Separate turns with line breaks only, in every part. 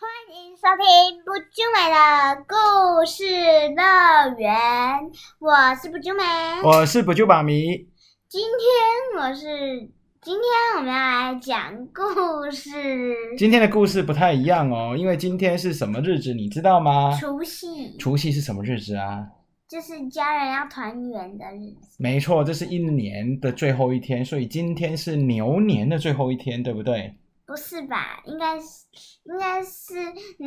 收听不啾美的故事乐园，我是不啾美。
我是不就把迷，
今天我是今天我们要来讲故事，
今天的故事不太一样哦，因为今天是什么日子，你知道吗？
除夕
除夕是什么日子啊？
就是家人要团圆的日子，
没错，这是一年的最后一天，所以今天是牛年的最后一天，对不对？
不是吧？应该是应该是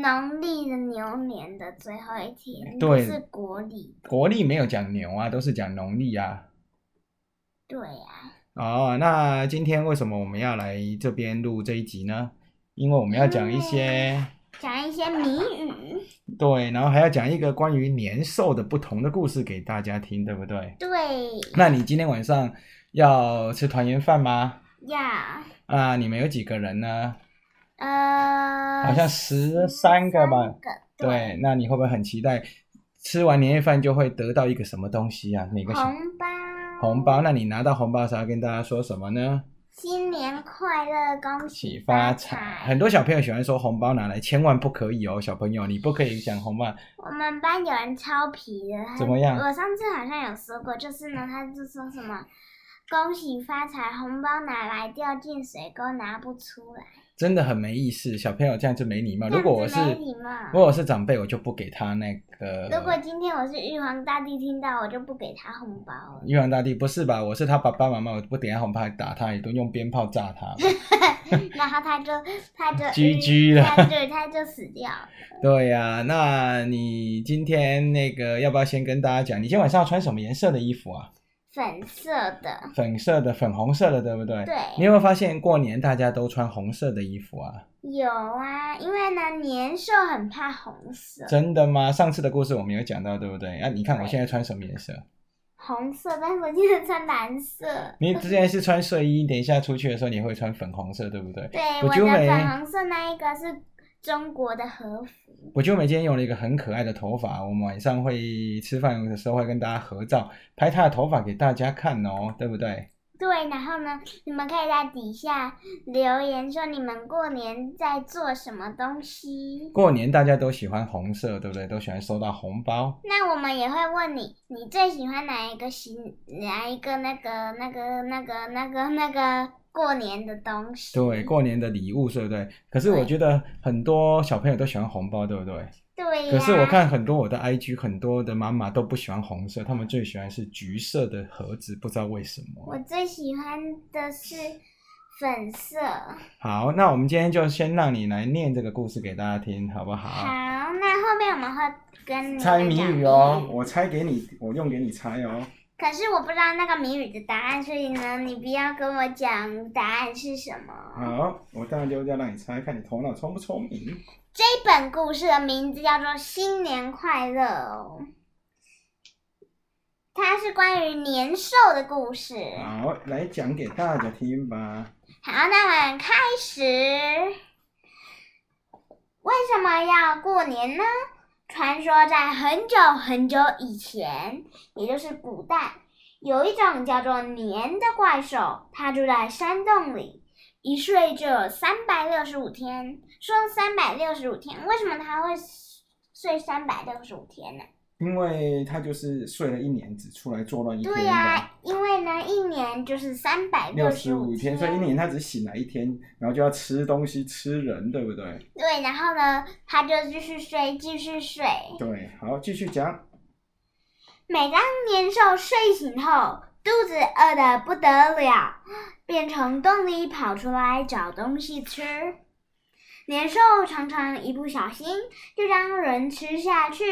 农历的牛年的最后一天，不
对
是国历。
国历没有讲牛啊，都是讲农历啊。
对呀、
哦，那今天为什么我们要来这边录这一集呢？因为我们要讲一些
讲一些谜语。
对，然后还要讲一个关于年兽的不同的故事给大家听，对不对？
对
那你今天晚上要吃团圆饭吗？
呀，
啊，你们有几个人呢？
呃，
好像十三个吧
13。个
对，那你会不会很期待吃完年夜饭就会得到一个什么东西啊？哪个小
红包，
红包？那你拿到红包的时候要跟大家说什么呢？
新年快乐，恭喜
喜发财！很多小朋友喜欢说红包拿来，千万不可以哦，小朋友，你不可以讲红包。
我们班有人超皮的，他
怎么样
我上次好像有说过，就是呢，他就说什么“恭喜发财，红包拿来掉进水沟拿不出来
真的很没意思，小朋友这样就没礼”，貌。
这
哦如果我
样
是呃
子没礼貌。
如果我是长辈，我就不给他那个。
如果今天我是玉皇大帝听到，我就不给他红包了。
玉皇大帝不是吧？我是他爸爸妈妈，我不点他红包还打他一顿，用鞭炮炸他。嗯
然后他就他 就
GG 了
他对他就死掉了。
对呀、那你今天那个要不要先跟大家讲，你今天晚上要穿什么颜色的衣服啊？
粉色的，
粉色的、粉红色的，对不对？你
对，
有没有发现过年大家都穿红色的衣服啊？
有啊，因为呢，年兽很怕红色，
真的吗？上次的故事我们有讲到，对不对？啊，你看我
对
现在穿什么颜色？
红色，但是我记得穿蓝色。
你之前是穿睡衣，等一下出去的时候你会穿粉红色，对不对？
对，
我
我
就
的
没
粉红色那一个是中国的和服，
我舅妹今天用了一个很可爱的头发，我们晚上会吃饭的时候会跟大家合照，拍她的头发给大家看哦，对不对？
对，然后呢，你们可以在底下留言说你们过年在做什么东西。
过年大家都喜欢红色，对不对？都喜欢收到红包。
那我们也会问你，你最喜欢哪一个形，哪一个那个那个那个那个那个过年的东西？
对，过年的礼物，对不对？可是
对
我觉得很多小朋友都喜欢红包，对不对？
对呀。
可是我看很多我的 IG，很多的妈妈都不喜欢红色，她们最喜欢是橘色的盒子，不知道为什
我
么。
最喜欢的是粉色。
好，那我们今天就先让你来念这个故事给大家听，好不
好，
好？
那后面我们会跟你
猜
们
谜
讲
语哦，我猜给你，我用给你猜哦。
可是我不知道那个谜语的答案，所以呢，你不要跟我讲答案是什么。
好，我当然就要让你猜，看你头脑聪不聪明。
这本故事的名字叫做《新年快乐》哦，它是关于年兽的故事。
好，来讲给大家听吧。
好，那我们开始。为什么要过年呢？传说在很久很久以前，也就是古代，有一种叫做年的怪兽，它住在山洞里，一睡就有三百六十五天。说三百六十五天，为什么它会睡三百六十五天呢？
因为他就是睡了一年，只出来作乱一天
对
吧。
呀、因为呢，一年就是三百
六
六
十
十
五
五
天，所以一年他只醒来一天，然后就要吃东西、吃人，对不对？
对，然后呢，他就继续睡，继续睡。
对，好，继续讲。
每当年兽睡醒后，肚子饿得不得了，便从洞里跑出来找东西吃。年兽常常一不小心就将人吃下去，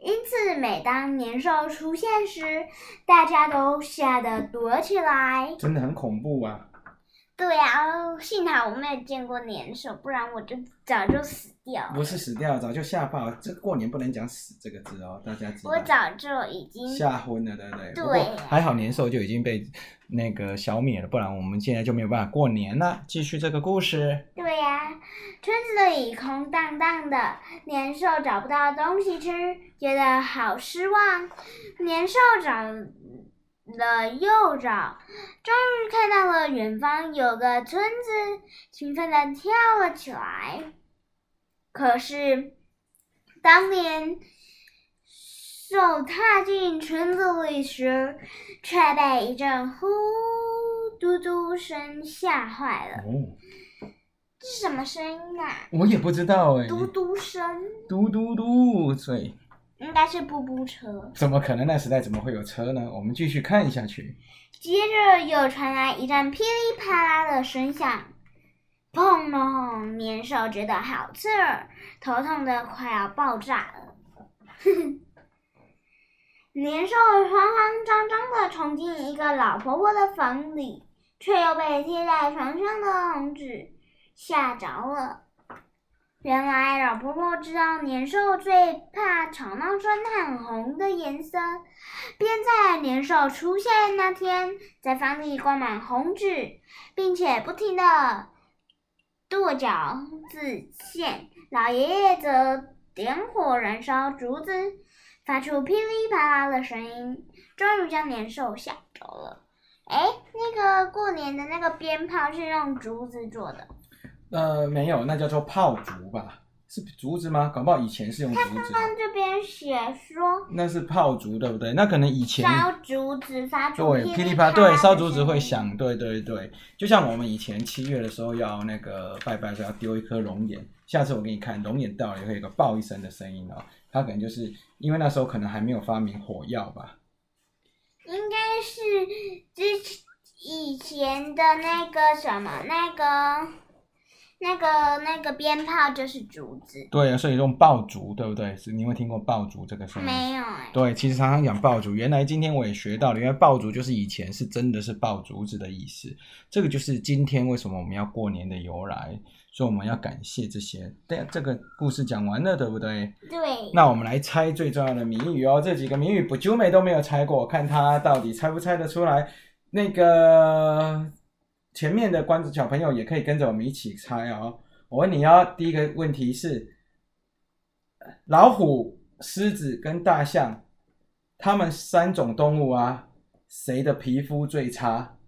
因此每当年兽出现时，大家都吓得躲起来。
真的很恐怖啊！
对啊，哦幸好我没有见过年兽，不然我就早就死掉了。
不是死掉，早就吓爆了。这过年不能讲“死”这个字哦，大家知道
我。早就已经
吓昏了，对不对？
对
不过还好年兽就已经被那个消灭了，不然我们现在就没有办法过年了。继续这个故事。
对呀、村子里空荡荡的，年兽找不到东西吃，觉得好失望。年兽找了又找，终于看到了远方有个村子，兴奋地跳了起来。可是，当年手踏进裙子里时，却被一阵呼嘟嘟声吓坏了。
哦，
这是什么声音啊？
我也不知道哎，
嘟嘟声，
嘟嘟嘟，所以
应该是布布车。
怎么可能那时代怎么会有车呢？我们继续看下去。
接着又传来一阵噼里啪啦的声响，砰隆！年兽觉得好刺耳，头痛的快要爆炸了。 年兽慌慌张张的冲进一个老婆婆的房里，却又被贴在床上的红纸吓着了。原来老婆婆知道年兽最怕吵闹声和红的颜色，便在年兽出现那天，在房里挂满红纸，并且不停的跺脚自现。老爷爷则点火燃烧竹子，发出噼里啪啦的声音，终于将年兽吓着了。哎，那个过年的那个鞭炮是用竹子做的，
呃，没有，那叫做炮竹吧？是竹子吗？搞不好以前是用竹子的，
看这边写说。
那是炮竹，对不对？那可能以前
烧竹子，发出
对噼里
啪
啪啦，对烧竹
的
子
声
会
音。
响，对对对，就像我们以前七月的时候要那个拜拜的时候要丢一颗龙眼，下次我给你看龙眼到了也会有个爆一声的声音哦，它可能就是因为那时候可能还没有发明火药吧，
应该是之前以前的那个什么，那个那个那个鞭炮就是竹子，
对，啊所以用爆竹，对不对？是你有没有听过爆竹这个声音？
没有哎、
对，其实常常讲爆竹，原来今天我也学到了，原来爆竹就是以前是真的是爆竹子的意思。这个就是今天为什么我们要过年的由来，所以我们要感谢这些。对，这个故事讲完了，对不对？
对，
那我们来猜最重要的谜语哦，这几个谜语不久美都没有猜过，看他到底猜不猜得出来。那个前面的观众小朋友也可以跟着我们一起猜哦。我问你哦，第一个问题是：老虎、狮子跟大象，它们三种动物啊，谁的皮肤最差？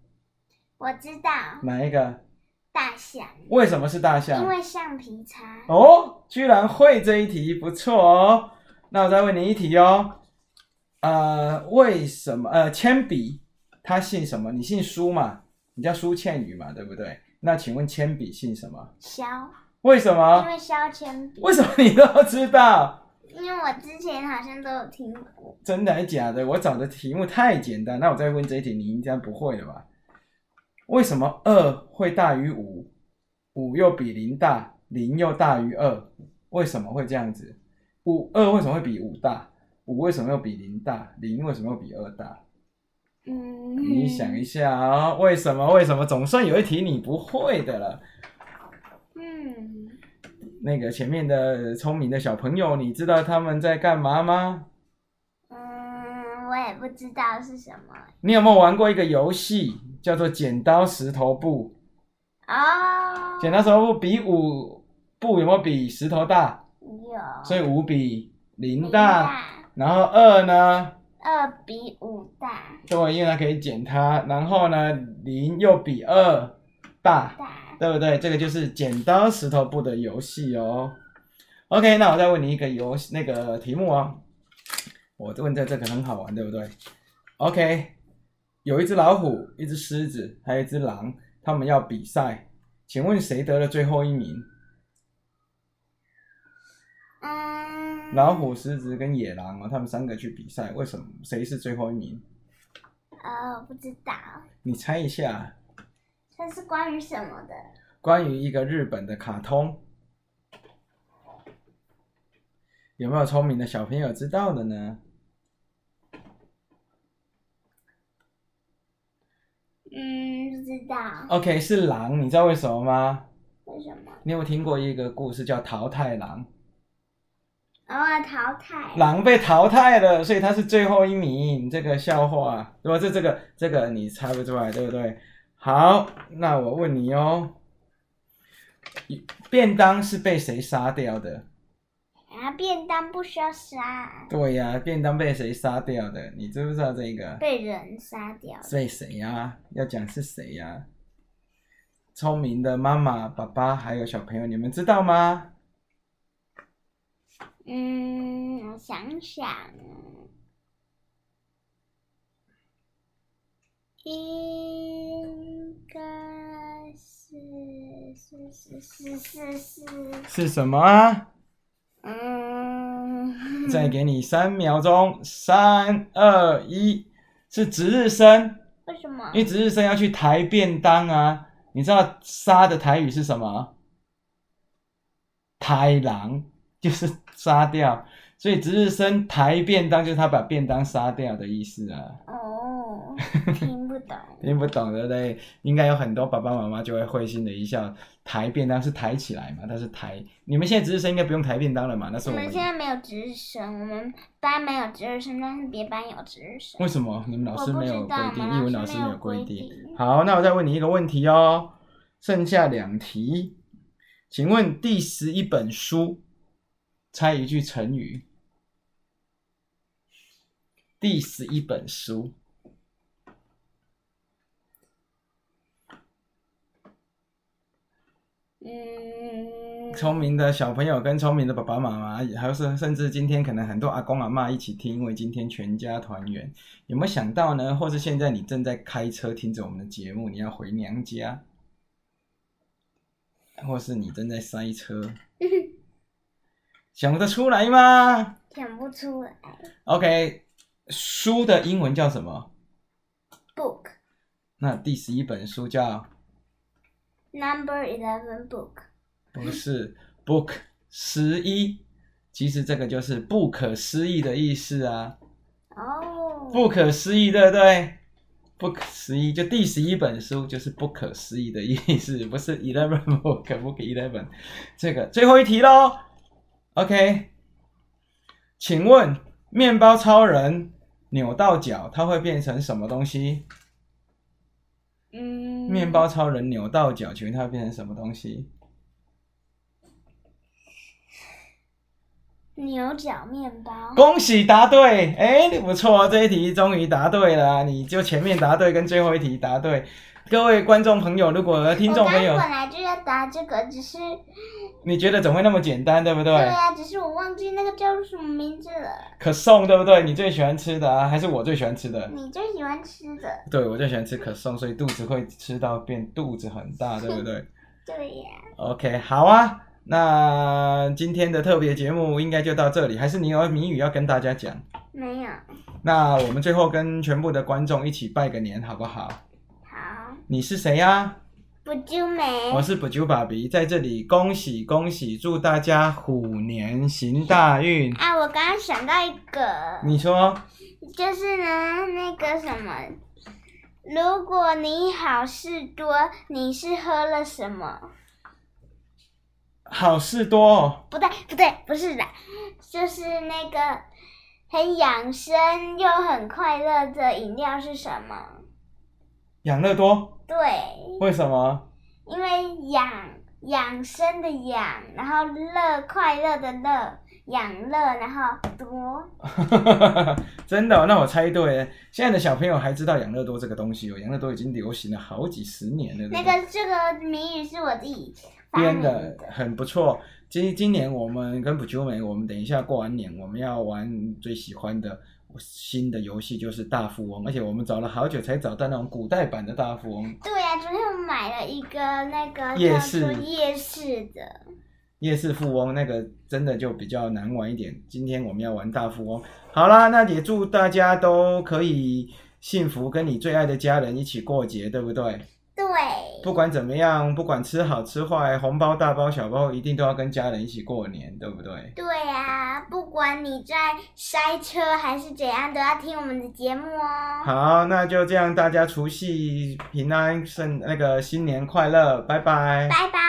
我知道
哪一个？
大象，
为什么是大象？
因为橡皮擦。
哦，居然会这一题，不错哦。那我再问你一题哦，呃，为什么呃铅笔它姓什么？你姓苏嘛？你叫苏倩宇嘛，对不对？那请问铅笔姓什么？
削，
为什
因
么？
为削铅笔，
啊为什么你都知道？
因为我之前好像都有听过。
真的还假的？我找的题目太简单，那我再问这一题，你应该不会了吧？为什么二会大于五？五又比零大，零又大于二，为什么会这样子？五二为什么会比五大？五为什么又比零大？零为什么又比二大？
嗯，
你想一下啊、为什么？为什么？总算有一题你不会的了。
嗯，
那个前面的聪明的小朋友，你知道他们在干嘛吗？
嗯，我也不知道是什么
你有没有玩过一个游戏，叫做剪刀石头布？
哦。
剪刀石头布比五布有没有比石头大？
有，
所以五比零
啊零
大。然后二呢？
二呃比五大
对，因为它可以剪它。然后呢，零又比二大，
大。
对不对？这个就是剪刀石头布的游戏哦。OK，那我再问你一个游戏那个题目哦。我问这这个很好玩，对不对？OK，有一只老虎，一只狮子，还有一只狼，他们要比赛，请问谁得了最后一名？
嗯，
老虎、狮子跟野狼哦，他们三个去比赛，为什么谁是最后一名？
呃，我不知道
你猜一下，
这是关于什么的。
关于一个日本的卡通，有没有聪明的小朋友知道的呢？
嗯，不知道
OK，是狼，你知道为什么吗？
为什么？
你有没有听过一个故事叫淘汰狼？
然后淘汰。
狼被淘汰了，所以他是最后一名。这个笑话，对吧？这这个这个你猜不出来，对不对？好，那我问你哦，便当是被谁杀掉的？
啊，便当不需要杀，
对呀、便当被谁杀掉的？你知不知道这个？
被人杀掉。
是被谁呀、要讲是谁呀、聪明的妈妈、爸爸还有小朋友，你们知道吗？
嗯，我想想，应该是是是是是是，
是什么啊？
嗯，
再给你三秒钟，三二一，是值日生，
为什么
因？为值日生要去抬便当啊。你知道“杀”的台语是什么？抬狼就是杀掉，所以值日生抬便当就是他把便当杀掉的意思啊。
哦，听不懂。
听不懂对不对？应该有很多爸爸妈妈就会会心的一笑。抬便当是抬起来嘛，但是抬你们现在值日生应该不用抬便当了嘛？那是
我
我们
们现在没有值日生，我们班没有值日生，但是别班有值日生
为。什么你们老师没有规
我不知道
定？
我们
语文
老
老
师
师
没有
没有规
规
定
定。
好，那我再问你一个问题哦，剩下两题，请问第十一本书，猜一句成语。第十一本书，
嗯，
聪明的小朋友跟聪明的爸爸妈妈，还有甚甚至今天可能很多阿公阿妈一起听，因为今天全家团圆，有没有想到呢？或是现在你正在开车听着我们的节目，你要回娘家，或是你正在塞车，想得出来吗
想不出来。
？OK，书的英文叫什么？
Book
那第十一本书叫
number eleven book。
不是 book 十一，其实这个就是不可思议的意思啊。
哦，
不可思议，对不对？不可思议，就第十一本书就是不可思议的意思，不是 eleven book book eleven。这个最后一题喽，OK？请问面包超人扭到脚，它会变成什么东西？
嗯，
面包超人扭到脚，请问它会变成什么东西？
牛角面包。
恭喜答对！哎，你不错，这一题终于答对了，啊你就前面答对跟最后一题答对。各位观众朋友，如果听众朋友
我刚，本来就要答这个，只是
你觉得怎么会那么简单，对不对？
呀、只是我忘记那个叫什么名字了。
可颂对不对？你最喜欢吃的、啊、还是我最喜欢吃的？
你最喜欢吃的？
对我最喜欢吃可颂，所以肚子会吃到变肚子很大，对不对
对呀、
？OK，好啊。那今天的特别节目应该就到这里，还是你有谜语要跟大家讲？
没有。
那我们最后跟全部的观众一起拜个年，好不好？
好，
你是谁呀、
不就没
我是补救爸比，在这里恭喜恭喜，祝大家虎年行大运。
啊！我刚刚想到一个。
你说
就是呢，那个什么，如果你好事多，你是喝了什么？
好事多、哦，
不对，不对，不是的，就是那个很养生又很快乐的饮料是什么？
养乐多，
对，
为什么？
因为养养生的养，然后乐快乐的乐，养乐，然后多，
真的哦、那我猜对了。现在的小朋友还知道养乐多这个东西哦，养乐多已经流行了好几十年了。
那
对不对
个这个谜语是我自己发
编
明
的
的。
很不错。今今年我们跟补球美，我们等一下过完年，我们要玩最喜欢的新的游戏就是大富翁，而且我们找了好久才找到那种古代版的大富翁。
对呀、昨天我买了一个那个
夜
叫
市
做夜市的，
夜市富翁那个真的就比较难玩一点。今天我们要玩大富翁，好啦，那也祝大家都可以幸福，跟你最爱的家人一起过节，对不对？
对，
不管怎么样，不管吃好吃坏，红包大包小包一定都要跟家人一起过年，对不对？
对呀、不管你在塞车还是怎样，都要听我们的节目哦。
好，那就这样，大家除夕平安，圣那个新年快乐，拜拜
拜拜。